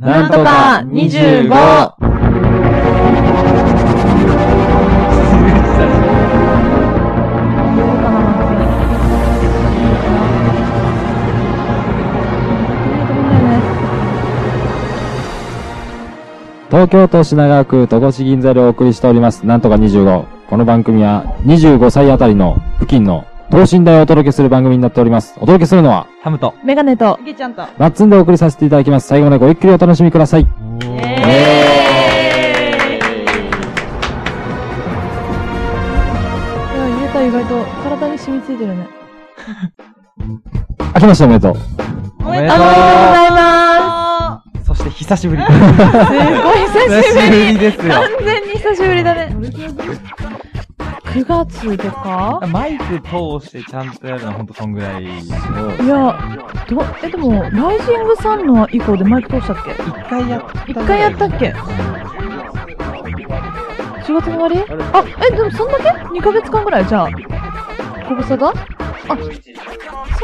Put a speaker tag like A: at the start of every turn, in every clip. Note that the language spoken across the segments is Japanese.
A: なんとか25
B: 東京都品川区戸越銀座でお送りしております。なんとか25。この番組は25歳あたりの付近の等身大をお届けする番組になっております。お届けするのは、
C: ハムと。
A: メガネと、
D: いけちゃんと。
B: マッツンでお送りさせていただきます。最後までごゆっくりお楽しみください。
A: い
D: え
A: や入れたら意外と体に染みついてるね。
B: 明けましておめでとう。
D: お
C: め
D: め
C: で
D: で
C: とう
D: とう
A: おめでとうございま
C: そして 久しぶり。
A: す。すごい久しぶり。
C: ですよ。
A: 完全に久しぶりだね。9月とか
C: マイク通してちゃんとやるのはほんとそんぐらい。一
A: いや、ど、え、でも、ライジングサンの以降でマイク通したっけ
C: 回やった。
A: 一回やったっけ ?4 月の終わりあ、え、でもそんだけ ?2 ヶ月間ぐらいじゃあ。ここさがあ、そ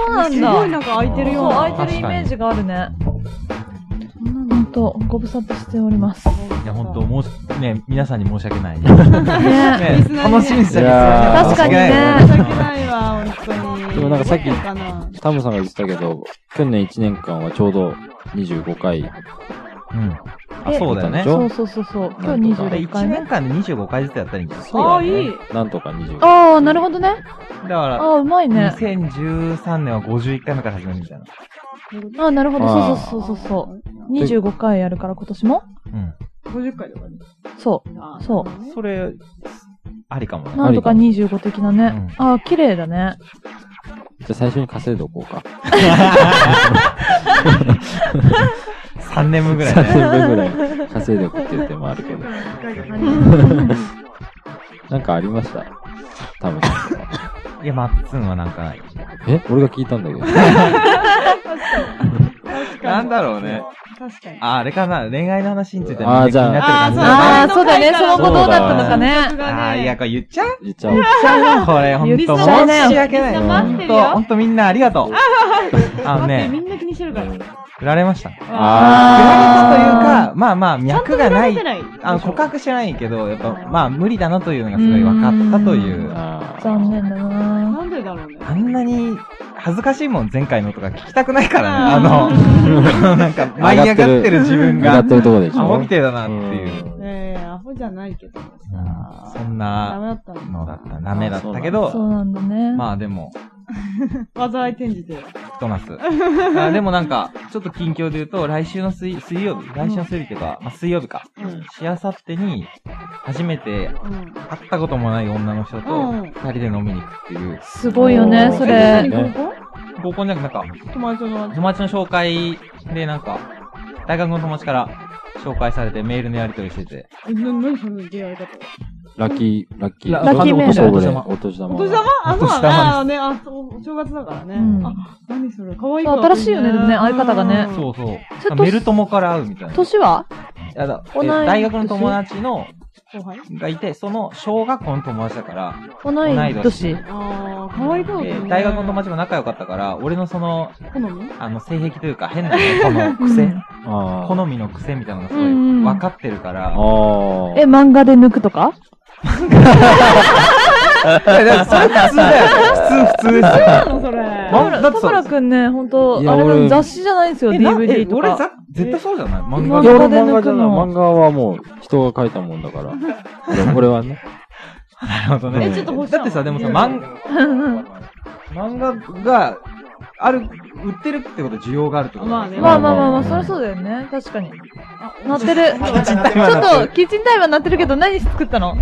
A: うなんだ。
D: すごいなんか開いてるような。
A: そう、空いてるイメージがあるね。ほんと、ご無沙汰しております。
C: いや、ほんと、もう、ね、皆さんに申し訳ない。ね、
A: ね
D: リスナーにね
C: 楽しみにして
B: いや
A: ー確かにね
D: 申し訳ないわ、本当に。
B: でもなんかさっき
D: どうかな
B: タムさんが言ってたけど、去年1年間はちょうど25回。
C: うん。あ、
A: え
C: そうだよね
B: え。
A: そうそうそうそう。今日26
C: 1
A: 回目
C: 年。間で25回ずつやったらいいんじゃない
B: そうだよ
D: あーいい
B: なんとか25回。
A: ああ、なるほどね。
C: だから、
A: ああ、うまいね。
C: 2013年は51回目から始めるみたいな。
A: ああ、なるほど。
B: あー
A: そうそうそうそうそう。25回やるから今年も
D: 50回とかね。
A: そそう
C: うん。それ、ありかも
A: う。
C: ね。
A: なんとか25的なね。ああ、綺麗だね。
B: じゃあ最初に稼いでおこう か。
C: 3年分ぐらい
B: 3
C: ね。
B: 年分ぐらい稼いでおくっていう手もあるけ ど。なんかありましたタムさんと か。
C: いや、マッツンはなんかない。
B: え俺が聞いたんだけど。
C: なんだろうね。
D: 確かに。
C: あ、あれかな恋愛の話について
B: あーじゃあ
C: みんな気になってる感じだね
A: ああ、そうだね。その後どうだったのか
D: そう
A: ね。
D: だね
C: あーいや、これ言っちゃう
B: 言っちゃおう。
C: じゃあ、これ、ほん
A: 言っち
C: と、
A: ゃうね
C: 申し訳ない。
D: みん
C: ほ
D: な待
C: ん
D: ってる
C: と、
D: よ
C: ほんとみんなありがとう。あの
D: 待ってみ
C: ね、
D: んな気にしてるから。
C: 振られました。振られた
B: あ
C: というか、まあまあ、脈がない。あの、告
D: 白。
C: 白してないけど、やっぱ、まあ、無理だなというのがすごい分かったという。
B: あー
A: 残念だな
D: なんでだろうね。
C: あんなに恥ずかしいもん、前回のとか聞きたくないからね。あ
D: あ
C: の、 なんか、舞い上がってる自分
B: 上が
C: が
B: っ、てるとこでしょ。
C: アホみてえだなっていう。
B: うん
D: ええ、アホじゃないけ
C: う
D: ど
C: んそ
D: さ。
C: ん
D: ダメ
C: な
D: だったの。
C: のだった、ダメだったけど
A: そう、なんだね。
C: まあでも、
D: 災い転じて。
C: ひとまず。あでもなんか、ちょっと近況で言うと、来週の水水曜日、来週の水曜日っていうか、まあ、水曜日か。
D: うん
C: しあさってに、初めて
D: う
C: 会
D: ん。
C: ったこともない女の人と、
D: うん
C: 二人で飲みに行くっていう。
A: すごいよね、そ
D: え
A: れ。
D: 何高校
C: 合コンじゃなくなんか、
D: 友達の。
C: 友達の紹介でなんか、大学の友達から紹介されてメールのやり取りしてて。
D: えな何その出会い方。
B: ラッキー、ラッキー。
C: ラ
A: ラッキーメール
B: お年玉。お年
D: お
B: 玉。
D: 年玉あ、そ
C: お
D: う
C: 年玉です
D: だね。あのね、あ、お正月だからね。
A: うん
D: あ、何それ。可愛い
A: そう新しいよねでもね相方がね
D: うん
C: そうそう。
A: それ
C: メル友から会うみたいな。
A: 年はい
C: やだ
A: 同
C: え
A: い年
C: 大学の友達の、
D: 後輩
C: がいて、その小学校の友達だから、
A: 同い
C: 同い
A: 年
C: 年。
D: あー、可愛い子だ
C: で
D: ね。
C: 大学の友達も仲良かったから、俺のその、
D: 好み
C: あの、性癖というか変なね、この
A: う
C: 癖
A: ん、
B: あー
C: 好みの癖みたいなのがすご
A: う
C: い
A: んうん
C: 分かってるから、
B: あ
A: え、
B: ー。
A: 漫画で抜くとか
C: いやだからそれ普通だよ。普通、普通ですよ。
D: なのそれ。
C: まだって
A: 田
C: さ
A: 村くんね、ほんと、
B: いや
A: あれ
B: 俺
A: の雑誌じゃないんですよ、
C: えなえ
A: DVD と
C: 俺
A: か。
C: さ、絶対そうじゃない漫
A: 漫
C: 画
B: いや
A: 画
B: 俺
A: で抜く
B: 漫
A: の
B: 画じゃない。漫画はもう人が書いたもんだから。 俺俺はね。
C: なるほどね。
D: えちょっと欲しい
C: だってさ、でもさ、漫漫画が、ある、売ってるってことは需要があるってことだよ
A: ま
D: ま
A: あ
D: あ
A: ま
D: ま
A: あま
D: あ
B: ま
A: あ
B: あ
A: ま
B: ま
A: あ、
B: あ
A: そ
B: そ
A: り
B: り
A: ゃ
B: ゃそう
A: そだよね。確かに。
D: あ
A: なってる。
C: キッチンタイ
A: ち
C: マーだ
A: ょっと、キッチンタイマーなってるけど、何作ったの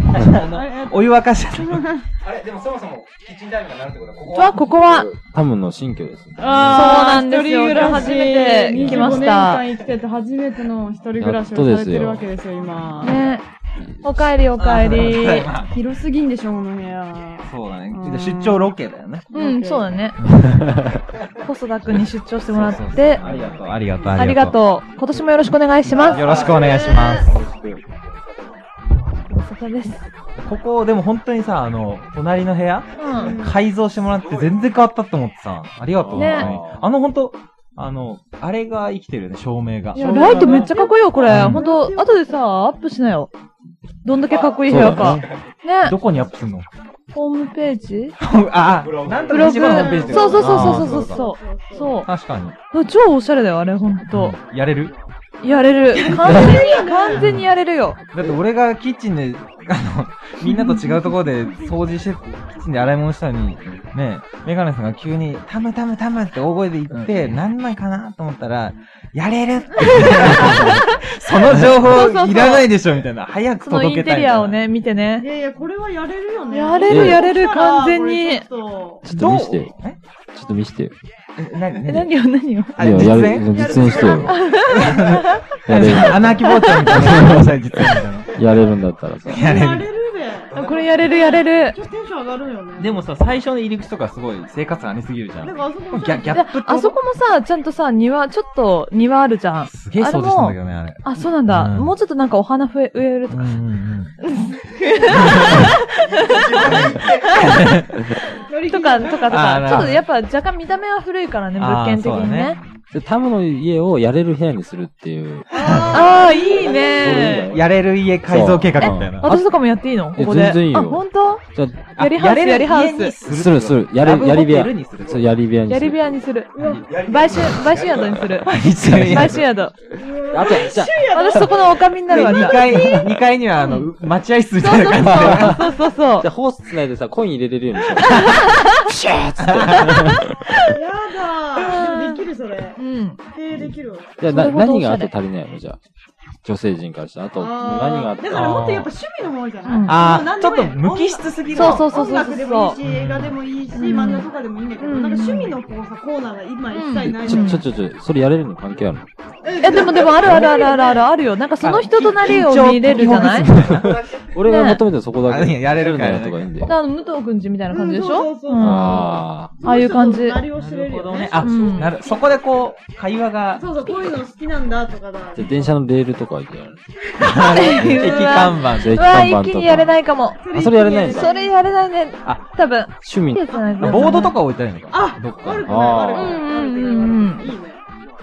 C: お湯沸かしちゃった。
E: あれ、でもそもそもキッチンタイムがなるってことは、ここ
A: は、ここは、
B: タムの新居ですね。
A: あそうなんですよ初めて来ました
D: 25年間生きてて初めての一人暮らしをされてるわけですよ、今。
A: ね。お帰りお帰り。
D: 広すぎんでしょ、この部屋。
C: そうだね
D: うん。
C: で出張ロケだよね。
A: うん、そうだね。細田くんに出張してもら
C: そう
A: っ
C: そうそう
A: て、
C: ありがとう、ありがとう、
A: ありがとう。今年もよろしくお願いします。
C: よろしくお願いします。
A: ご無沙汰です。
C: ここ、でも本当にさ、あの、隣の部屋
A: うん。
C: 改造してもらって全然変わったって思ってさ、ありがとう、
A: ね
C: 本当にあの本当、あの、あれが生きてるよね、照明が
A: い。や、ライトめっちゃかっこいいよ、これ。
C: うん
A: ほんと、後でさ、アップしなよ。どんだけかっこいい部
B: そうだ
A: 屋
B: ね
A: か。ね
C: どこにアップするの
A: ホームページ
C: あ
E: ブロ
C: あ、
E: グ
C: なんと
A: ブロ
C: か
A: グ。そ
C: 一番のページだよ
A: うそうそうそうそう
C: あー
A: そう。そう
C: だ確かに。
A: うわ。超おしゃれだよ、あれ、ほんと。
C: うんやれる
A: やれる。完全に、完全にやれるよ。
C: だって俺がキッチンで、あの、 みんなと違うところで掃除して、キッチンで洗い物したのに、ね、メガネさんが急に、タムタムタムって大声で言って、何枚かなと思ったら、やれるって 言って。その情
A: そうそうそ
C: 報
A: う
C: いらないでしょみたいな。早く
A: そのイ
C: 届け
A: ン
C: たい
A: テ
C: み
A: リ
C: たい
A: ア
C: な
A: を。ね、見て
D: い
A: ね。
D: やいや、これはやれるよね。
A: やれ
B: る
A: やれる
D: そしたら
A: 完全に
D: これちょっ
B: ちょっと見してよ。
C: え
B: ちょっと見してよ。
C: え何
A: え、
C: 何
A: 何よ、何よ。
C: あ
B: いや、や
C: 実
B: る、
C: 演
B: 実演して よ。やれる、
C: 穴あき坊ちゃんみたいな。ごめんなさい実演みたいな。
B: やれるんだったらさ。
D: とや
C: やれる。
D: れるで。
A: あこれやれる、やれる。
D: ちょっとテンション上がるよ ね。
C: でもさ、最初の入り口とかすごい生活感ありすぎるじゃ
D: なん
C: ん。
D: かあそこも
C: ギャギャ
A: で
C: ップってこと
A: あそこもさ、ちゃんとさ、庭、ちょっと庭あるじゃん。
C: すげえ掃除したんだけどね、あれ。
A: あ、そうなんだ。
C: うん
A: もうちょっとなんかお花増え植えると
C: うん
A: か。
C: うん
A: とか、とか、と
C: あー
A: か。ち
C: なる
A: ょっ
C: ほ
A: と
C: ど
A: やっぱ若干見た目は古いからね、物件的に
C: あーそうだ
A: ね。
B: で、タムの家をやれる部屋にするっていう。
A: ああ、いい
B: そ
A: ね
C: うん。やれる家改造計画みたいな。
A: 私とかもやっていいのここで。
B: え全然いいよ
A: あ、本当？
B: じゃ
A: やりハウス、やりハウス。
B: あ、するする。やる、やり部屋。そう、やり部屋に
A: や
B: す
A: り部
B: る。
A: 屋にする。買収、買収宿にする。
C: 一
A: 買収宿。
B: あと、じゃあ
A: 私そこのおかみになるわ、じゃ
C: 2
A: あ
C: 階、二階にはあの、待合室みたいな感じ
A: そうそうそう
B: じ
A: そ
B: ゃあ、ホースつないでさ、コイン入れれるようにしよ
D: やだー。でもできるそれ。
A: う。うん。
D: えー、できるわ。
B: う。じゃあ、
A: そ
B: な
A: れほど
B: 何が
A: お
B: あ
A: しゃ
B: と
A: れ
B: 足りないのじゃあ。女性陣からしたら。あと、何があ
D: あ
B: っ
D: ー
B: た
D: だからもっとやっぱ趣味の方じゃない、
A: うん
C: あ
D: も
C: あ、
D: う
C: ちょっ
D: 何で
C: と
D: もいい
C: 無機質すぎる。
A: そうそうそう
D: 音
A: そう
D: 楽でもいい
A: そ
D: し、
A: う。
D: 映画でもいいし、
A: うん
D: 漫画とかでもいいんだけど、
A: うん
D: なんか趣味のこうさコーナーが今一切ないの
B: ち
D: よ
B: ょ、ちょ、ちょ、ちょ、それやれるの関係あるの
A: いや、でもでもあるあるあるあるあるあるよ。なんかその人となりを見れるじゃないだか
B: 俺が求めてるそこだ
C: あい
B: け。
C: ややれるから
B: や
C: ね
B: のとかいいんだよ。
A: ら武藤くんちみたいな感じでし
D: う
A: ょ
D: んそうそうそう
A: うん
B: あ
D: そ
A: あ
D: の人と
A: あいう感じ
D: 隣を知れるよね
C: あ、
A: うん
C: なる、そこでこう、会話が、
D: そうそう、こういうの好きなんだとかだ。
B: あ。じゃあ、電車のレールとかいいんじゃない
C: 駅看板
B: じゃあ、駅看板
A: うわ、
B: とか。
A: 一気にやれないか
B: あ
A: も。
B: それやれないんだ
A: それやれないね。
C: あ
A: 多分。
B: 趣味
A: いい。やつじゃない
C: ボードとか置いてないのか
D: あ
C: どっか
D: 悪く
B: あ
D: な
B: ー
D: い、悪く
A: う
D: ない。悪く
A: ん
D: ない、悪くない。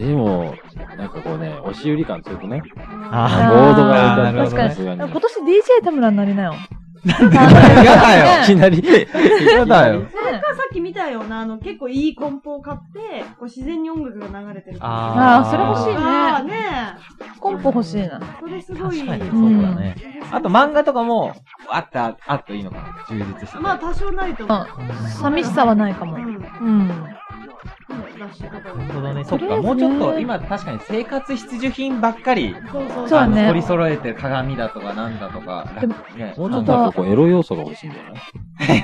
D: いいね。
B: でも、なんかこうね、押し売り感強くね。ボ
A: あー
B: ードが置いてある
A: 確かに
B: さすがに
A: 今年 DJ 田村になりなよ。
C: やだよ
B: いきなり。
C: やだよ。
A: ね
D: さっき見たような、あの、結構いいコンポを買って、こう自然に音楽が流れてる。
C: あ
A: ーそれ欲しいね
D: あーね
A: コンポ欲しいな。
D: それすごい。
C: 確かに、
A: ん
C: そうだね。あと漫画とかも、あった、あっといいのかな。充実してて。
D: まあ、多少ないと思う。
A: うん。寂しさはないかも。
D: うん。
A: うん。
D: ラッシュとか
C: な
D: で
C: るほどね。そっ
A: とり
C: か、
A: あえずね
C: もうちょっと、今確かに生活必需品ばっかり、
D: そうそう
A: そう
D: そ
A: だ
D: う。
A: ね
C: あの取り揃えて鏡だとかなんだとか、
A: でも
C: ね
B: もうちょっとなんかこう、エロ要素が欲しいんじゃ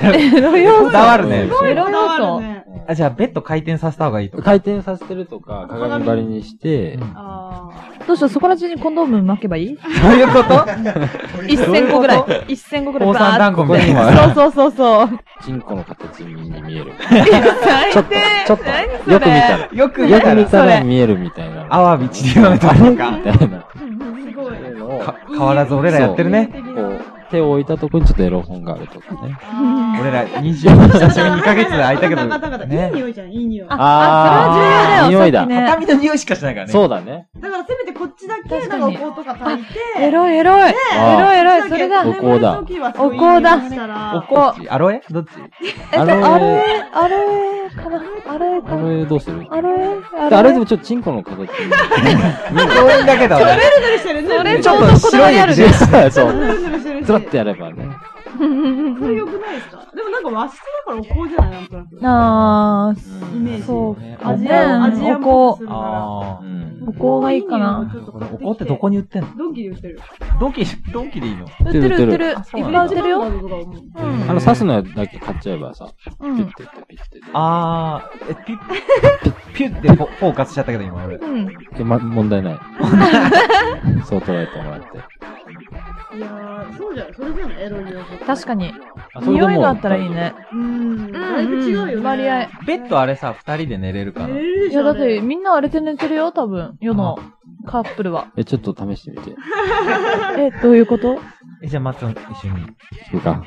B: ない
A: エロ
C: こ
A: 要
C: だ
A: 素。
C: わるね。
B: そう
A: エロ要
D: あ
A: 素
D: る。ね。
C: あ、じゃあベッド回転させた方がいいとか。
B: 回転させてるとか、鏡張りにして、
D: あー
A: どうしよう、そこら中にコンドーム巻けばいい
C: そういうこと
A: ?1000 個ぐらい。1000個ぐらい。
C: 高三団子みたい
B: ここ
C: な。
A: そうそうそうそう。
B: チンコの形に見える。
A: 最
B: ちょっと
A: 低、
B: ちょっと、
A: 何
B: よ
A: そ
B: く
A: れ
B: 見たら。
C: よく
B: よ
C: 見
B: く
C: た
B: 見
C: ら、
B: た
A: そ
B: ら
A: れ
B: 見えるみたいな。
C: アワビちりばめとか
B: み、たいな。
D: すごい。
B: こ
C: か変わらず俺らやってるね。
B: う、手を置いたとこにちょっとエロ本があるとかね。
C: 俺ら20、久しぶりに2ヶ月空いたけ
D: あなた
C: ど、
D: 方いい
C: ね。
D: 匂いじゃん、いい匂い。だか
A: あ、
B: あー
A: それは重要だ
B: 匂
A: よ。さっきね
C: 畳の匂いしかしないからね。。
B: そううだね。
D: らせめてこっちだけ、
A: 確か
D: なん
A: に
D: かお香とか焚いて。
A: エロいエロい。エロいエロい。それだ。
B: お香だ
A: お香だ
C: お
D: だ
C: こっちアロエどっち
A: え
B: ア
A: っ
B: ロエ
A: と、アロエ、アロエかなアロエ
B: あ
A: かな
B: れどうする
A: アロエア
B: で
A: ロエ
B: あれでもちょっとチンコの形に。
C: 公園だけど。
A: それ
C: ち
A: ち
C: ょ
A: ょ
C: っ
A: う
C: と
A: どこだわりあるね。
B: そう。
D: ず
B: ずらってやればね。
D: それ良くないですかでもなんか和室だからお香じゃないなんとなく。
A: あ
D: イメージ
A: ー、そう。
D: アジ
A: う
D: ア、
A: ん
D: アジアっぽくするから。
C: あ
B: う
C: あ。
B: ん。
A: お香がいいかな
D: ちょと買き
C: おこってどこに売ってんの
D: ドンキで売ってる。
C: ドンキ、ドンキでいいの
A: 売ってる売
B: 売
A: っ
B: ってて
A: る。
B: る
A: いっ
C: そうなんだ
A: ぱい売ってるよ。う
C: うん
A: ん。
B: あの、刺すのだけ買っちゃえばさ、
A: う
B: ピュッ
A: ん。
B: てやってピュッてやって。
C: あー、え、ピュッ、ピュッてフォフォーカスしちゃったけど、今俺。
A: うん。
B: でま、問題 ない。そう捉えてもらって。
D: いやー、そうじゃん。それじゃん、エロいよ。
A: 確か
D: に。
A: に。
B: あ
A: 匂いがあったらいい。ね。
D: うん。
A: うん
D: だいぶ違うよね。
A: 割合。
C: ベッドあれさ、二人で寝れるか
D: 寝
C: な
D: れるで
A: い
D: し
A: や、
D: ょ。
A: だって
D: あれ
A: みんなあれで寝てるよ、多分。世のカップルは。
B: それでもえ、ちょっと試してみて。
A: え、どういうこと
C: え、じゃあ、松尾一緒に。
B: いいか。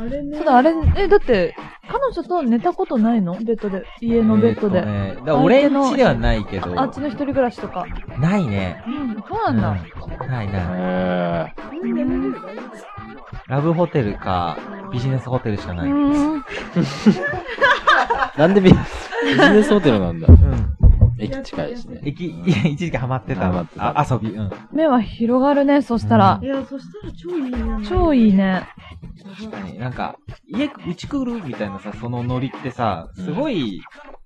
D: あれね。
A: ただあれ、え、だって、彼女と寝たことないのベッドで。家のベッドで。
C: えーとねだから俺んちではないけど。
A: あっちの一人暮らしとか。
C: ないね。
A: うん、そうなんだ。
C: うんないない。
B: へ
A: うん。
C: ラブホテルか、ビジネスホテルしかない。うん。
A: うん。
B: ーなんでビビジネスホテルなんだ。駅近いしね。
C: 駅、いや一時期ハマってた
B: ハマってた
C: あ遊び。うん。
A: 目は広がるね、そしたら
D: い。や、そしたら超いいな。
A: 超いいね。
C: 確かになんか、家、うち来るみたいなさ、そのノリってさ、すごい、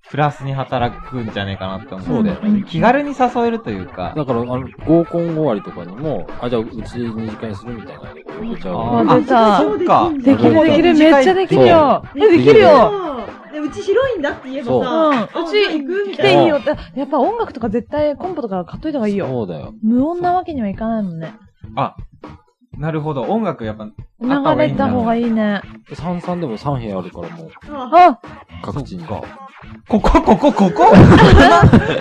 C: プラスに働くんじゃねえかなって思って。
A: そうだよね
C: 気軽に誘えるというか。
B: だから、あの、合コン終わりとかにも、あ、じゃあ、うち2時間にするみたいなのがよくちゃ
A: あ
B: う。
A: 出た
C: そうか。
A: できるできる、めっちゃできるよ。え、できるよ。
D: そうでうち広いんだって言え
B: そう
A: う
D: ば
A: ん。う
D: さ、あ
A: ち
D: 行くみ
A: 来
D: た
A: て
D: い
A: い
D: な。
A: いよって。やっぱ音楽とか絶対コンポとか買っといた方がいいよ。
B: そうだよ。
A: 無音なわけにはいかないもんね。
C: あ、なるほど。音楽やっぱ、
A: 流
C: あった方がいい
A: れ
C: んだ
A: た方がいいね。
B: 三三でも3部屋あるからもう、
D: あ
A: あ、
B: 各地に。
C: そっかここ、ここ、こ こ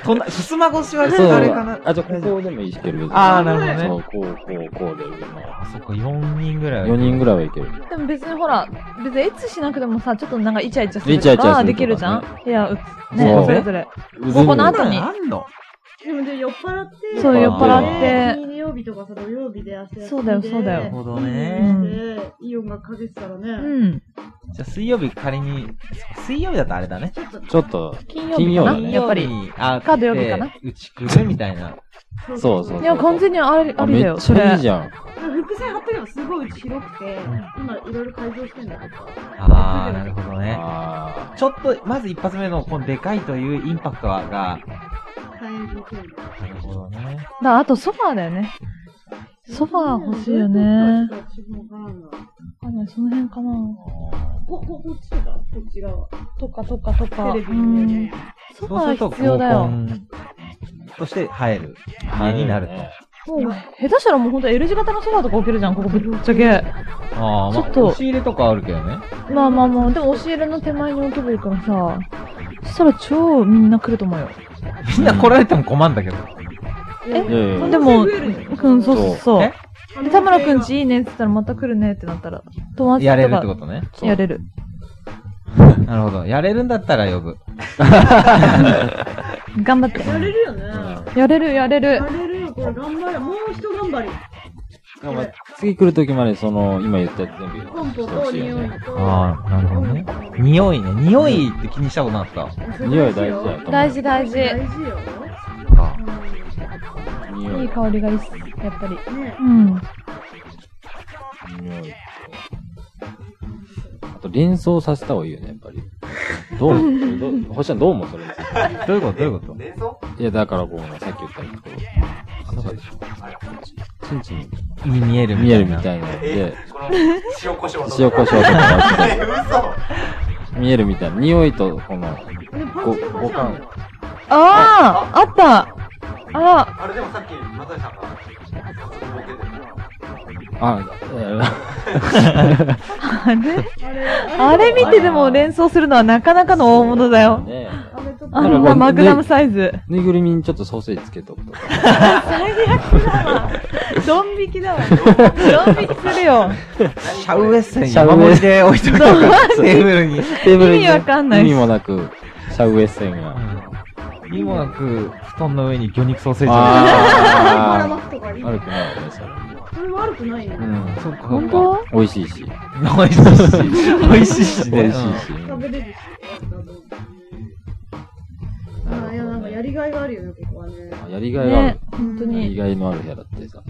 C: そんな、すすま越しは
B: そう
C: あれかな。
B: あ、じゃあ、ここでもいける。
C: あーなるほどね
B: そう、こう、こう、こうで、まあ、
C: そっか、4人ぐらい。
B: 4人ぐらいはいける。
A: でも別にほら、別にエッチしなくてもさ、ちょっとなんかイチャイチャする
B: イチャイチャするとかね
A: できるじゃん部屋、うつね
B: そう
A: それぞれ。
B: う
A: ここの後
C: らい
A: に
C: あんの
D: でもで酔っ払って。
A: そう、酔っ払っ
B: 払
A: て。
D: 金曜日とかさ、土曜日で明日
A: そうだよそうだよなる
C: ほど
D: いい
C: ね
D: ねいい音楽かけてたらね。
A: うん。
C: じゃあ、水曜日仮に、そっか水曜日だとあれだね。
B: ちょっと、
A: 金曜日か
B: 金曜
A: な
B: 日ね
A: やっぱり。
C: 金曜日あ、
A: か土曜日かな
C: 来て。うち来るみたいな。
B: そうそう
A: いや、完全にあり、あ
B: あ、
A: り
B: め
A: だ
B: っ
A: よ、そ
B: ちゃい
A: れ
B: い。じゃん。
D: 伏線貼っとけばすごいうち広くて、今いろいろ改造してんだけど。
C: ああ、なるほどね。
B: あ
C: ちょっと、まず一発目の、このでかいというインパクトが、
D: 大変できる。
C: なるほどね。
A: だあとソファーだよね。ソファー欲しいよね
D: どうやって撮ったか私もわからんな
A: あ、ね、その辺かな。
D: こ、こ、こっちとか、こっち側。
A: とかとかとか。
D: テレビ
A: う
D: に
A: ん
D: ね。
A: ソフ
C: そうす
A: ァ
C: ると、
A: ー
C: 合
A: 必要だ
C: コ
A: よ。
C: ンとして入る。
B: あ
C: 家になると。
A: もう、下手したらもうほんと L 字型のソファーとか置けるじゃん、ここぶっちゃけ。
C: ああ、ま
A: ちょ
C: あ
A: っ、と
C: 押し入れとかあるけどね。
A: まあまあまあ、でも押し入れの手前に置けばいいからさ。そしたら超みんな来ると思うよ。
C: みんな来られても困んだけど。
B: い
A: え
B: やいやいや
A: でも、
D: 可能性増えるね
A: うん、そうそうそう
C: え。
A: で田村くんちいいねって言ったらまた来るねってなったら、友達とか
C: やれるってことね。
A: やれる。
C: なるほど。やれるんだったら呼ぶ。
A: 頑張って。
D: やれるよね。
A: やれる、やれる
D: や。れるよ、これ頑張れ。もう一頑張り。
B: でも次来る時まで、その、今言ったやつ全部
D: コンポ
B: してほ
D: と
B: しいよ
D: 匂い
B: ね。
D: と。
C: ああ、なるほどね。匂いね。匂いって気にしたことなかっ
B: 匂い大事だよと思う。
A: 大事大事。
D: 大事よ。
C: た。
B: 匂
A: いい
B: い。
A: 香りがいいっす、やっぱり。
D: うんね
A: うん。
B: 匂い。あと、連想させた方がいいよね、やっぱり。どう、どう、星ちゃんどう思うそれについて
C: どういうことどういうこと
E: 連想
B: いや、だからこう、さっき言ったようにこう、なんか、ちんちん
C: に見える
B: 見えるみ
C: い
B: たいなので
E: え、この塩コショウ
B: 塩コショウとかあっ
E: え、嘘
B: て、見えるみたいな、匂いと、この、
D: で、パンチの場所あるよ。
A: あああったあ
E: あれでもさっき、松井さんが、早速ボケてた。
B: あ、
A: あれ
D: あれ、
A: あれ見てでも連想するのはなかなかの大物だよ。
B: ね
D: あれちょっと
A: あんなマグナムサイズ。
B: ぬいぐるみにちょっとソーセージつけとくとか。
A: ドン引きだわ。ドン引きするよ。
C: シャウエッセン
B: シャウエ
C: 山盛りで置いとくとか、テーブルに。
B: テーブルに
A: 意味わかんな
B: 意
A: いし
B: 味もなく、シャウエッセン が。
C: にもなく、布団の上に魚肉ソーセー
D: あれ
B: あ
D: とかいい
B: ー。悪くないよね、それ。
D: それ悪くないよ
B: う
D: ね。
B: ん
C: ジ。そうか。
A: 本当
B: 美味しいし。
C: 美味しいし。美味しいしね。
B: 美味しいし。
D: 食べれるし。
B: なるほど
D: あ
B: ね
D: いや、なんかやりがいがあるよね、ここはね。
B: あやりがいがある。
A: 本当
B: やり
A: に。
B: がいのある部屋だってさ。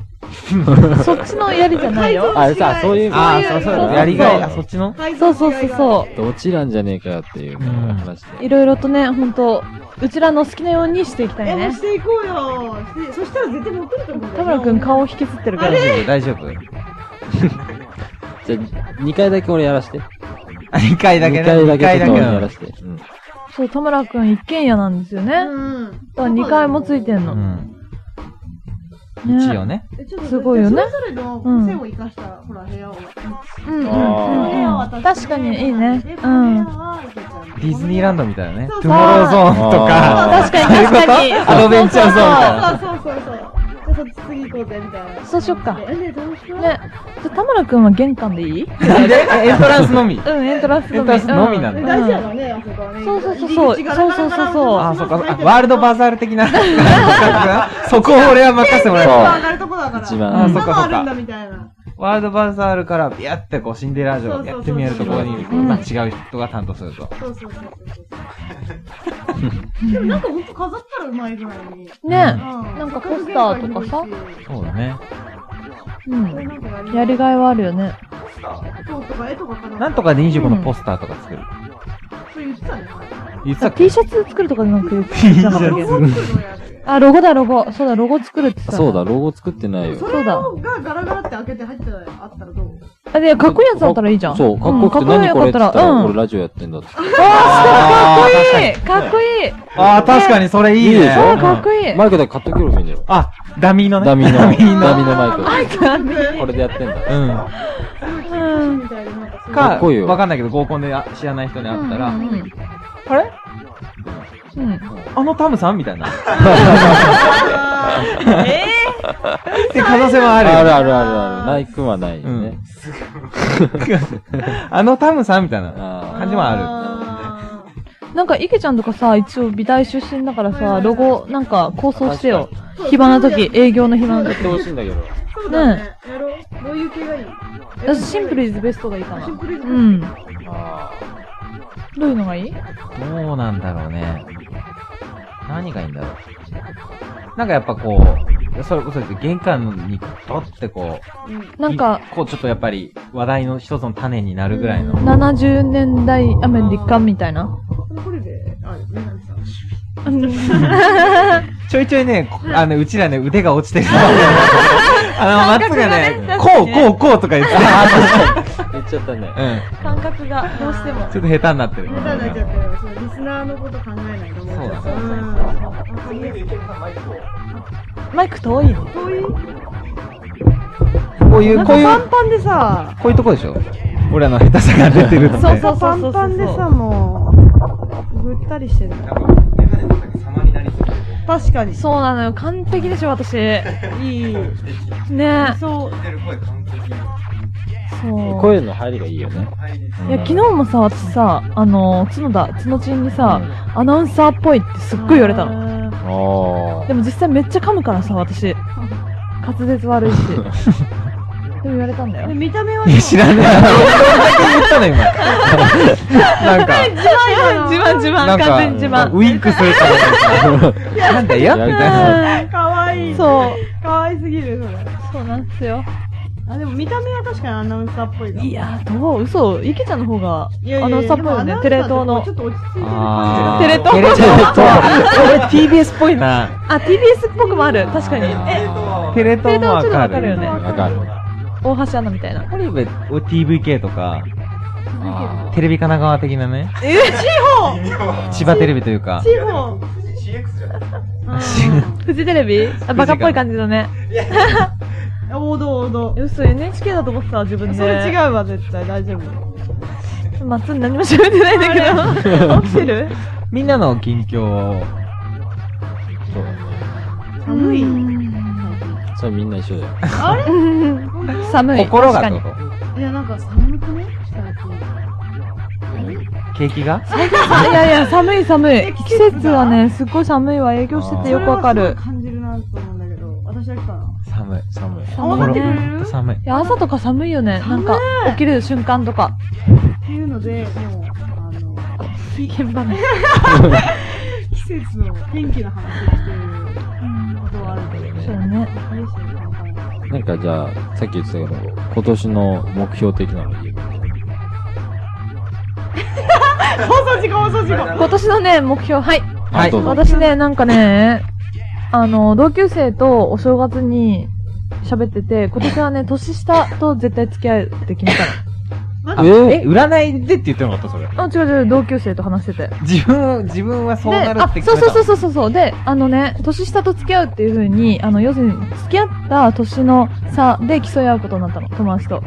A: そっちのやりじゃないよ。
B: あ、さ、そういう、。
C: ああ、そうそう
A: そう
C: だ。やりがい、あ、そっちの
A: そうそうそうそう
B: 落ちらんじゃねえかよっていう話
A: う。い
B: で。
A: ろいろとね、ほんと、うちらの好きなようにしていきたい
D: え、もう
A: ね
D: し。ていこうよ。してそしたら絶対モテると思うんだよね。
A: 田村くん顔を引きずってるか
C: 大
A: ら。
C: 丈夫、大丈夫。
B: じゃあ、2回だけ俺やらして。
C: あ、2回だけ
B: 2
C: ね。
B: 回だけちょ
C: 二回
B: っと
C: だけ
B: 俺
C: な
B: や
C: の
B: らして。うん
A: そう、田村くん一軒家なんですよね。だ
D: うん。
A: から2階もついてん
C: う
A: の。ね
C: ん。一応ね。
D: えちょっと
A: すごいよね
D: それぞれの個性を生かした、ほら、部屋を。
A: うんうんう
B: あ
A: んうん
B: ー
A: 確かにいいね。
D: でこ
A: う
D: の部屋
A: ん。
D: は池ちゃん
C: ディズニーランドみたいなね
D: そう。そう
C: トゥモローゾーンと
B: あ
C: か。
A: 確かに確かに。
C: アドベンチャーゾーンみたいな。
D: そうそうそうそう。ゃあそっち次行こうぜ、みたいな。
A: そうしよっか
D: でね、どうしよう。
A: ね、じゃあ田村くんは玄関でいい
C: なんでえエントランスのみ。
A: うん、エントランス
C: エ
A: の
C: ン
A: み。
C: トランスのみなんだ
A: う
D: 大事やろね、あそこはね。
A: そうそうそうそう
D: 入り口ガラガラガラガラ
C: あ、
D: ガ
C: そ
D: ラ
C: っか。あワールドバザール的な。 そこを俺は任せてもらえ
B: そう
C: た。
D: 上がるとこだから。
B: 一番
C: あそっ
D: そ
C: かそっか
D: あるんだみたいな。
C: ワールドバザールから、ビャってこう、シンデレラ城やって見えるところに、
D: そう
A: そうそう
C: まあ違う人が担当すると。
D: そうそうそうそう。でもなんかほんと飾ったらうまいぐらいに。
A: ね、
D: な
A: なんかポスターとかさ
C: そうだね。
A: うん。やりがいはあるよね。
D: そうとか絵とかかな。
C: なんとかで25のポスターとか作る。
D: そう言ってたね。前
C: 実は
A: T シャツ作るとかなんか言ってなかったっ
D: ロ
A: け
D: ゴ作るのやる。
A: あ、ロゴだ、ロゴ。そうだ、ロゴ作るってさ。
B: そうだ、。ロゴ作ってない
D: そ
B: よ。
D: れをがガラガラって開けて入ってたらあったらどう
A: あ、で、かっこいいやつだったらいいじゃん。
B: そう、かっこよくて
A: うん
B: 何これって言った
A: う
B: ら、
A: ん
B: 俺ラジオやってんだって。
A: か
C: あ
A: っこい
C: ー
A: いかっこいい
C: あー、確かにそれいいね。
B: いいでしょ
A: あ
B: う
A: ー、かっこいい
B: マイクだけ買っとけばいいんだよ。
C: あ、ダミーのね。
B: ダミーの、ダミー
D: の
B: のマイ
D: イ
B: ク。これでやってんだ。
C: うん。
A: うん。
D: みたいななんかそういう
B: か
C: か、
B: っこいいよ
C: わかんないけど、合コンで知らない人に会ったら、
A: うんうん
C: あれ
A: うん。
C: あのタムさんみたいな。っ
A: え
C: て 可能性もあ
B: あ
C: る
B: る
C: よ
B: ある
C: ね。
B: あるある。ないくはないよね。
C: あのタムさんみたいな
B: あ
C: 感じもあ
D: あ
A: ーなんか、池ちゃんとかさ、一応美大出身だからさ、ロゴ、なんか構想してよ。
D: ー
A: 暇な時、営業の暇な
B: あ。やってほしいんだけど。
D: そうだね。やろう。どういう系がいい
A: 時。シンプルイズベストがいいか
D: シン
A: な。
D: プルイズ
A: う
D: ベス
A: ん。
B: あ
A: どういうのがいい
C: る。どうなんだろうね。何がいいんだろう。なんかやっぱこう、それこそ玄関にドッてこう、
D: トうん
A: なんか、
C: こうちょっとやっぱり話題の一つの種になるぐらいの。
A: 70年代アメリカンみたいな。
D: これで、あ、みんなさん。
C: ちょいちょいね、こあの、うちらね、腕が落 ちてる。あの、松がね、こう、こう、こうとか言って
B: あ。言っちゃったね。
C: うん。
A: 感覚がどうしても。
C: ちょっと下手になってる。
D: 下手になっちゃったよ。そう、リスナーのこと考えないと思っちゃった。
C: そうだね
D: うんわかりやすい
A: マイク遠いね。
D: そういう、
C: こういう、こうい
D: なんかパ
C: う、
D: ンパンでさ、
C: こういうとこでしょ俺らの下手さが出てるので。
A: そうそう
D: パンパンでさ、もう、ぐったりしてる。
E: 多分、メガネの先様になりそうで。
D: 確かに。
A: そうなのよ。完璧でしょ、私。ね
D: いい。そう。
E: 出る声完璧に
A: そう。
B: 声の入りがいいよね。
E: 入り。
A: いや、昨日もさ、私さ、あの、角田、角ちんにさ、アナウンサーっぽいってすっごい言われたの。
D: の。
B: ああ
A: で。も実際めっちゃ噛むからさ、私。滑舌悪いし。でも言われたんだよ
D: で、。見た目はい
C: や、知らねえ。どんだけ言ったの、今。 なんか、
A: 自慢、自
C: な
A: 慢、
C: んか、
A: 完全自慢。
C: ウインクするから。なんだよ、みたいな。
D: かわいい。
A: そう。
D: う。かわいすぎる、そ
A: そ
D: れ。
A: うなんですよ。
D: あ、でも見た目は確かにアナウンサーっぽいな。
A: いや、どう嘘。池ちゃんの方が
D: いやいやいや、
A: アナウンサーっぽいよ
D: で
A: ね
D: も。
A: テレ東の
D: ちょ。っと落ち着いてる
C: あー
A: テ
D: 感
A: レ東
C: テレ東と。これ TBS っぽいな。
A: あ、TBS っぽくもある。確かに。
E: えっと、
C: テレ東もわか
A: テレ
C: る。
A: 東ちょっと
B: わかる。
A: 大橋アナみたいな。
C: これ、俺 TVK とか、
B: あ
C: テレビ神奈川的なね、
A: え、
E: 微妙。
C: 千葉テレビというか、
D: じ。地方。
E: CX じゃない
A: フジテレビあ、バカっぽい感じだね。
D: うん王道王道。
A: 嘘、NHK だと思ってた、自分で。
D: それ違うわ、絶対。大丈夫。
A: う。まっつん何も喋ってないんだけど。起きてる
C: みんなの近況を、
B: そうだね。
D: 寒い。
B: それみんな一緒だよ。
D: あれ
A: 寒い。
C: 心が
A: 確
C: ど
A: か
C: う
A: に。
D: いや、なんか寒くね最近
C: 景気が
A: あいやいや、寒い寒い
D: え。季
A: 季
D: 節が
A: 節はね、すっごい寒いわ。営業しててよくわか
D: それ
A: る
D: はすごい。感じるなと思うんだけど、私だけかな。
C: 寒い。
B: 寒い。
D: あ、分かってくれる
C: 心
D: っ
C: 寒い。
A: いや、朝とか寒いよね。なんか、起きる瞬間とか。
D: ていうので、もう、あの、
A: 現場ね。
D: 季節の天気の話っていうことはあるけど
A: そう
D: ね。
A: ね。
D: いいし
B: な
D: なんか
B: んかじゃあ、さっき言ってたけど、今年の目標的なの言えばいい
D: 放送事故、放送事故。
A: 今年のね、目標、はい。
C: はい
B: どうぞ
A: 私ね、なんかね、あの、同級生とお正月に喋ってて、今 年はね、年下と絶対付き合うって決めた
C: あえ、占いでって言ってなかったそれ。
A: の。あ、違う違う、同級生と話してて。
C: 自分、自分はそう
A: で、
C: なる
A: あ
C: って、決
A: そう
C: めた
A: そうそうそうそう。で、あのね、年下と付き合うっていう風に、あの、要するに、付き合った年の差で競い合うことになったの、友達と。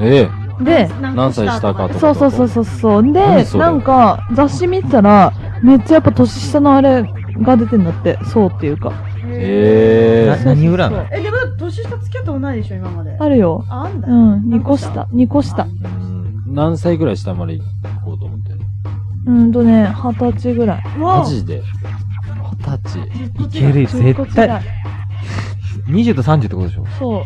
B: ええ。
A: で、
B: 何歳下かと
A: そうそうそうそうそう。で
B: 何、それ
A: なんか、雑誌見てたら、めっちゃやっぱ年下のあれが出てんだって、そうっていうか。
B: ええ。
A: そう
C: 何
A: そ
C: 占
A: う
C: い
A: そう
D: え、でもだって年下付き合ったことないでしょ、今まで。
A: あるよ。
D: あ、あんだ。
A: うん。2個下。2個下。
B: 何歳ぐらい下まで行こうと思ってる
A: うんとね、二十歳ぐらい。
D: も
B: マ
D: う、
B: ジで二十歳
C: いけるよ、
A: 10個
C: 絶
A: 違い
C: 対。。20と30ってことでしょ
A: そう。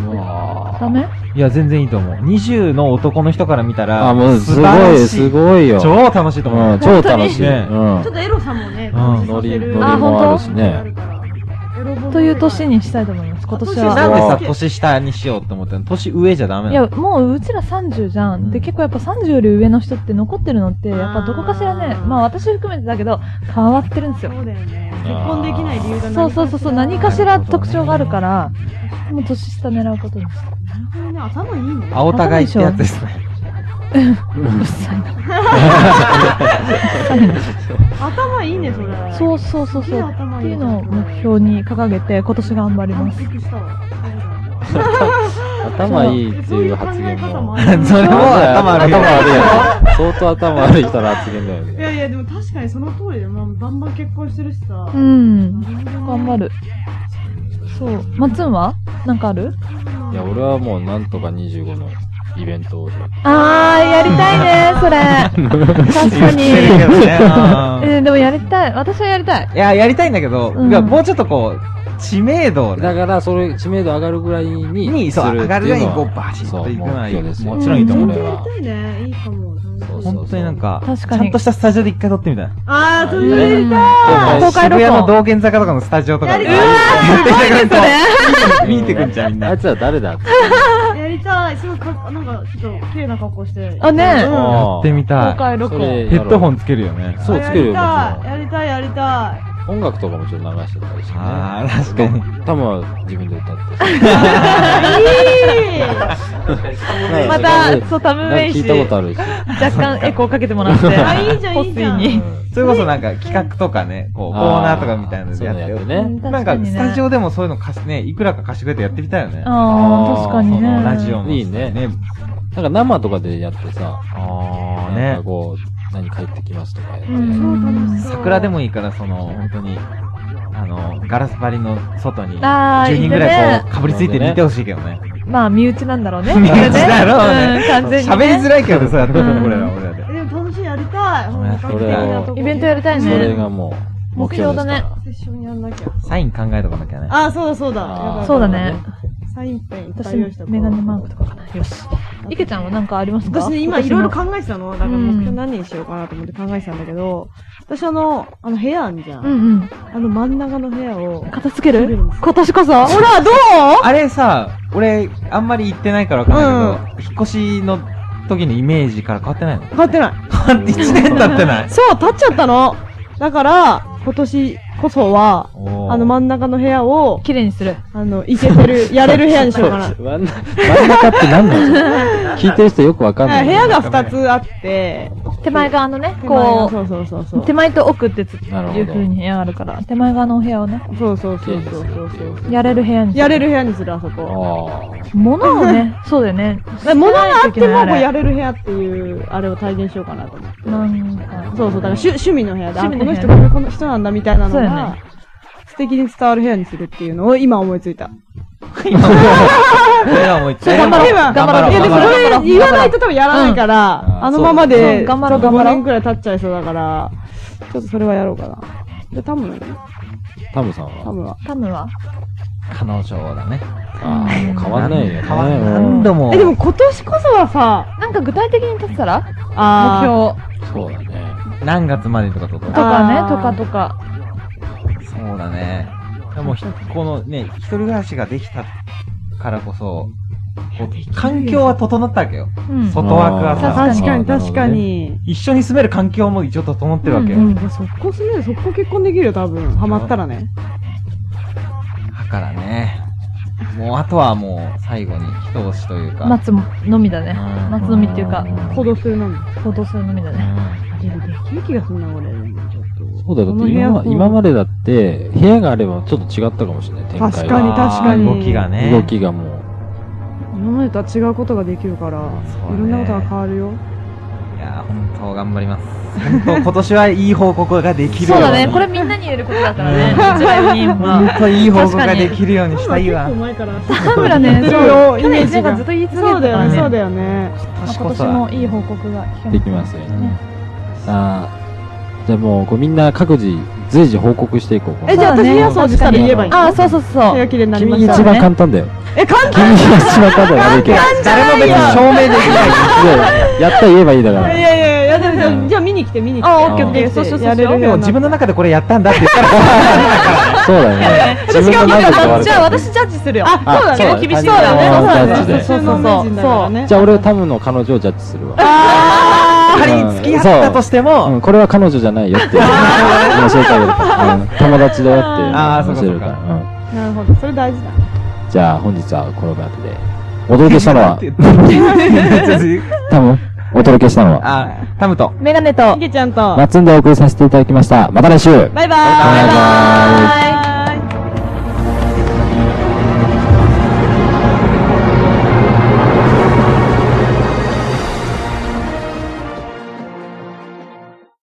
B: うわー
A: ダメ
C: いや、全然いいと思う。20の男の人から見たら、
B: あ、もうすごい、す
C: ご
B: ごいよ。
C: 超楽しいと思
B: う
C: う。
B: ん、超楽しい。
C: ね
B: うん
D: ちょっ。とエロさもね、
C: ん
D: 感じ
B: ノ
D: さ
B: リ、
D: せ
B: ノ
D: る
B: リ
A: あ本
B: も
A: 当
B: あるし
D: あ
B: ね。
D: るからエロ本
A: という年にしたいと思います、今年
D: あ
C: なん
A: は。
C: でさ、年下にしようって思ったの年上じゃダメ
A: い
C: な
A: や、
C: の
A: もううちら30じゃん。で、結構やっぱ30より上の人って残ってるのって、やっぱどこかしらね、
D: あー
A: まあ私含めてだけど、変わってるんですよ。
D: そうだよね。結婚できない理由が
A: そうそうそうそう、何かし
C: な
A: ら
C: るほどね
A: 特徴があるから、もう年下狙うことにした。
D: なるほどね、頭いいね。
C: あお互いってやつですね。
A: うっさいな。
D: 頭いいね、それ。う。
A: そうそうそうそう。っていうのを目標に掲げて、今年頑張り
D: あ、び
A: ま
D: っ
A: す。
D: くりしたわ。
B: 頭いいっていう発言
D: そういう考え方も
B: も
D: あ。る
C: それも
B: 頭
C: 頭悪
B: 悪
C: い
B: い。頭悪いやつ。相当頭悪い人の発言だよ
D: い
B: ね。
D: やいや、でも確かにその通りで、もうバンバン結婚してるしさ。
A: うん。
D: なるほどね
A: 頑張る。そう。まっつんはなんかある
B: いや、俺はもうなんとか25のイベントを。
A: あー、やりたいね、それ。確かに。
C: 言ってるけどねうん
A: えー、でもやりたい。私はやりたい。
C: いや、やりたいんだけど、
A: うん
C: いやもうちょっとこう、知名度をね
B: だから、それ、知名度上がるぐらいに、
C: に、そう、上がるようにこう、バシッ
B: そ
C: と
B: う、
C: いく
B: 目
C: のは
B: 標ですよ。
C: もちろんいいと思う
D: 本
B: こ
D: 当
B: れ
D: や
B: は。
D: りたいね。いいかも。
B: そうそう
C: 本当になんか、
A: 確
C: ち
A: か
C: ゃ
A: に
C: んとしたスタジオで一回撮ってみたい。
D: あー、それやりたい。
A: たい
C: 公開
A: 公
C: 録
A: 開録音
C: 音。渋谷の道玄坂とかのスタジオとかで。うわーすごいですね見に行ってくんじゃん、みん
B: あ。
C: ない
B: つら誰だって。
D: やりたい。すごいかっ、なんか、ちょっと、綺麗な格好して。
A: あねえ
D: うん
C: やってみた
A: 公
C: い。
A: 開録
B: それ
A: 音。
C: ヘッドホンつけるよね。
B: そう、つけるよ、もちろん。
D: やりたい、やりたい。
B: 音楽とかもちょっと流してたりしてね。
C: あ ー確かに
B: 歌も自分で歌って。
D: いい
A: ま
B: なん
A: た、
B: か
A: そう、タムメイ
B: 聞い
A: シ
B: たことあるし。
A: 若干エコーかけてもらって。
D: あ、いいじゃん、いいじゃん。
A: ポッシーに
C: それこそなんか企画とかね、こう、コーナーとかみたいなのでやって
B: あーそういうの
C: よ
B: や。ってね。
A: うん
C: なんか、スタジ
A: オ。
C: オでもそういうの貸しね、いくらか貸してくれてやってみたいよね。
A: あー、確かに
C: そ
A: ね。
C: のラジオの。
B: いいねなんか生とかでやってさ、
C: ああ
B: なん
C: ね
B: か。こう、何帰ってきますとかやって。
A: うん
C: 桜でもいいから、その、本当に、あの、ガラス張りの外に、
A: あー
C: 10人ぐらいこう、かぶりついて見てほしいけどね。
A: まあ、身内なんだろうね。
C: 身内だろうね
A: ん完全にね。
C: 喋りづらいけどさ、
A: ん
C: 俺ら、俺らで。
D: でも楽しい、やりたい。本格的なとこ。
A: イベントやりたい
B: それ
A: ね。
B: がもう、目標ですから。
D: セッションやんなきゃ。
C: サイン考えとかなきゃね。
D: あ、そうだ、そうだ。
A: そうだね。
D: サインペンいっぱ
A: 私
D: い用意した、
A: メガネマークとかかな。よし。いけちゃんはなんかありますか
D: 私ね、今いろいろ考えてたの。だから
A: うん
D: 目標何にしようかなと思って考えてたんだけど、私あの、あの部屋あんじゃ。
A: うんんうん。
D: あの真ん中の部屋を、
A: 片付け
D: 切れ
A: る
D: るんです
A: 今年こそほら、どう
C: あれさ、俺、あんまり行ってないから分かんないけど、引っ越しの時のイメージから変わってないの
D: 買ってない。
C: 変わって1年経ってない。
D: そう、立っちゃったの。だから、今年こそは、あの真
C: ん
D: ん中の部屋を、
A: 綺麗にする。
D: あの、いけてる、やれる部屋にしようかな。
B: 真ん中真ん中って何なの聞いてる人よくわかんな
D: はい
B: い。
D: 部屋が2つあって、
A: 手前側のね、
D: 手前が
A: こ
D: そうそうそうそう
A: う、。手前と奥ってつい
B: なるほど
A: う風に部屋あるから、手前側のお部屋をね、
D: そうそう
B: 綺
D: そ
B: 麗
D: う
B: に
D: そ
B: す
D: う
B: る
D: そ
B: って
D: う。
B: いう。
A: やれる部屋にする。
D: やれる部屋にする、あそこ。
B: ああ。
A: 物を ね、そうだよね。
D: 物があっても、もうや
A: る。
D: れる部屋っていう、あれを体現しようかなと思って。
A: なんか、
D: そうそう、だから趣趣味の部屋で、あこ
A: 趣味の部
D: の
A: 屋
D: 人、こういうこの人なんだみたいなの
A: そうだよ
D: が、素敵に伝わる部屋にするっていうのを今思いついた。
C: 俺らも行って。
A: 頑張ろう
D: では
A: 頑張ろう
D: いや、でも
A: 頑張ろう
D: それ言わないと多分やらないから、
B: うん
D: あのまま
A: うん
D: で、
A: 頑張ろう頑張ろう
D: 5年くらい経っちゃいそうだから、ちょっとそれはやろうかな。で、タム、
B: タムさん
D: タ
B: は
D: ムは。
A: タムは
C: 彼女だね。
B: ああ、もう変わんないよね。
C: 変わん何度も。
D: え、でも今年こそはさ、
A: なんか具体的に立ったら
D: あー
A: 目標
B: そうだね。
C: 何月までとかと
A: と
C: か。
A: か
D: あ
A: ね、
D: ー
A: とかとか。
C: そうだね。でもひ、このね、一人暮らしができたからこそ、こう環境は整ったわけよ。
A: うん。
C: 外枠は
A: あー
C: さ、
B: な
D: 確かに
B: るほどね
D: 確かに。
C: 一緒に住める環境も一応整ってるわけ
A: う
C: よ。
A: ん
D: でも速攻するよ、速攻結婚できるよ、多分。ハマったらね。
C: だからね、もうあとはもう最後に一押しというか。
A: 待つのみだね。
C: うん
A: 待つのみっていうか、
D: 行動するのに。
A: 行動するのみだね。
D: でもできる気がすんな、俺。ちょっと
B: そうだよ、だって今ま今までだって、部屋があればちょっと違ったかもしれない、展開が。
D: 確かに確かに
C: 動きがね。
B: 動きがもう。
D: 今までとは違うことができるから、
C: そうだね
D: いろんなことが変わるよ。
C: いやー、本当頑張ります。本当、今年はいい報告ができるよ
A: そうう
C: に。
A: だね。これみんなに言えることだからね。こちら4人
C: 本
A: は。
C: 当にいい報告
A: 確か
C: が
A: に
C: できるようにしたいわ。
D: 結構
C: 今
D: 前から。
A: 田村ね、そう
D: そ
A: よ。
D: う
A: 去年1年間ずっと言い続け
D: そう
A: てたか
D: だよ
A: ら
D: ね、そ
A: ね。
D: うだよね。
A: まあ
C: 年
A: 今
C: こ
A: 年
C: そは。
A: もいい報告が聞け
B: できますよ
C: うん
B: ね。さあ、じゃあもう、こうみんな各自、随時報告していこう。
D: え、じゃあ
A: そうだ
D: 私
A: ね
D: 予想したら言えばいいの。
A: ああ、そうそう
D: 手
A: そう
D: が。綺麗になり
B: 君
D: ま
B: が
D: し
B: 一
D: た。
B: 番簡単だよ。
D: え、簡
B: 君
D: 単
B: が一番簡単だよ、悪いけど。
C: 誰も別に証明できない。
B: いややったら言えばいいだか
D: い
B: ら。
D: やいやいや、でもでもじゃあ見に来て見に来て。
A: あ、オ
B: ー
A: ッケーオッケー。
D: そ
A: そうう
D: し
A: し
D: よ
A: よう
D: うそうしよう
A: そうしよう。
C: でも自分の中でこれやったんだって言ったら、
B: そうだよね。自分の中で終わる
A: じ
B: か
A: ゃあ
B: ら。
A: 私ジャッジするよ。
D: あ、そうだ
B: あ
D: ね。
B: そうだね
D: そうだね。
B: あ
D: そうだね。
B: ジャッジで
D: そうそうそう。そう。
B: じゃあ俺はタムの彼女をジャッジするわ。
C: 仮に付き合ったとしても、
B: うん、これは彼女じゃないよって教えてあげる、うん、友達だよって
C: あーそうか
B: 教え
C: そ
B: る
C: うか
B: から、う
D: なるほど。それ大事だ。
B: ん、じゃあ本日はこの場でお届けしたのは多分お届けしたのは
C: あ、タムと。
A: メガネと
D: い。けちゃんと。
B: 夏んでお送りさせていただきましたまた来週
D: バイバーイ。
B: バイバ
D: イ。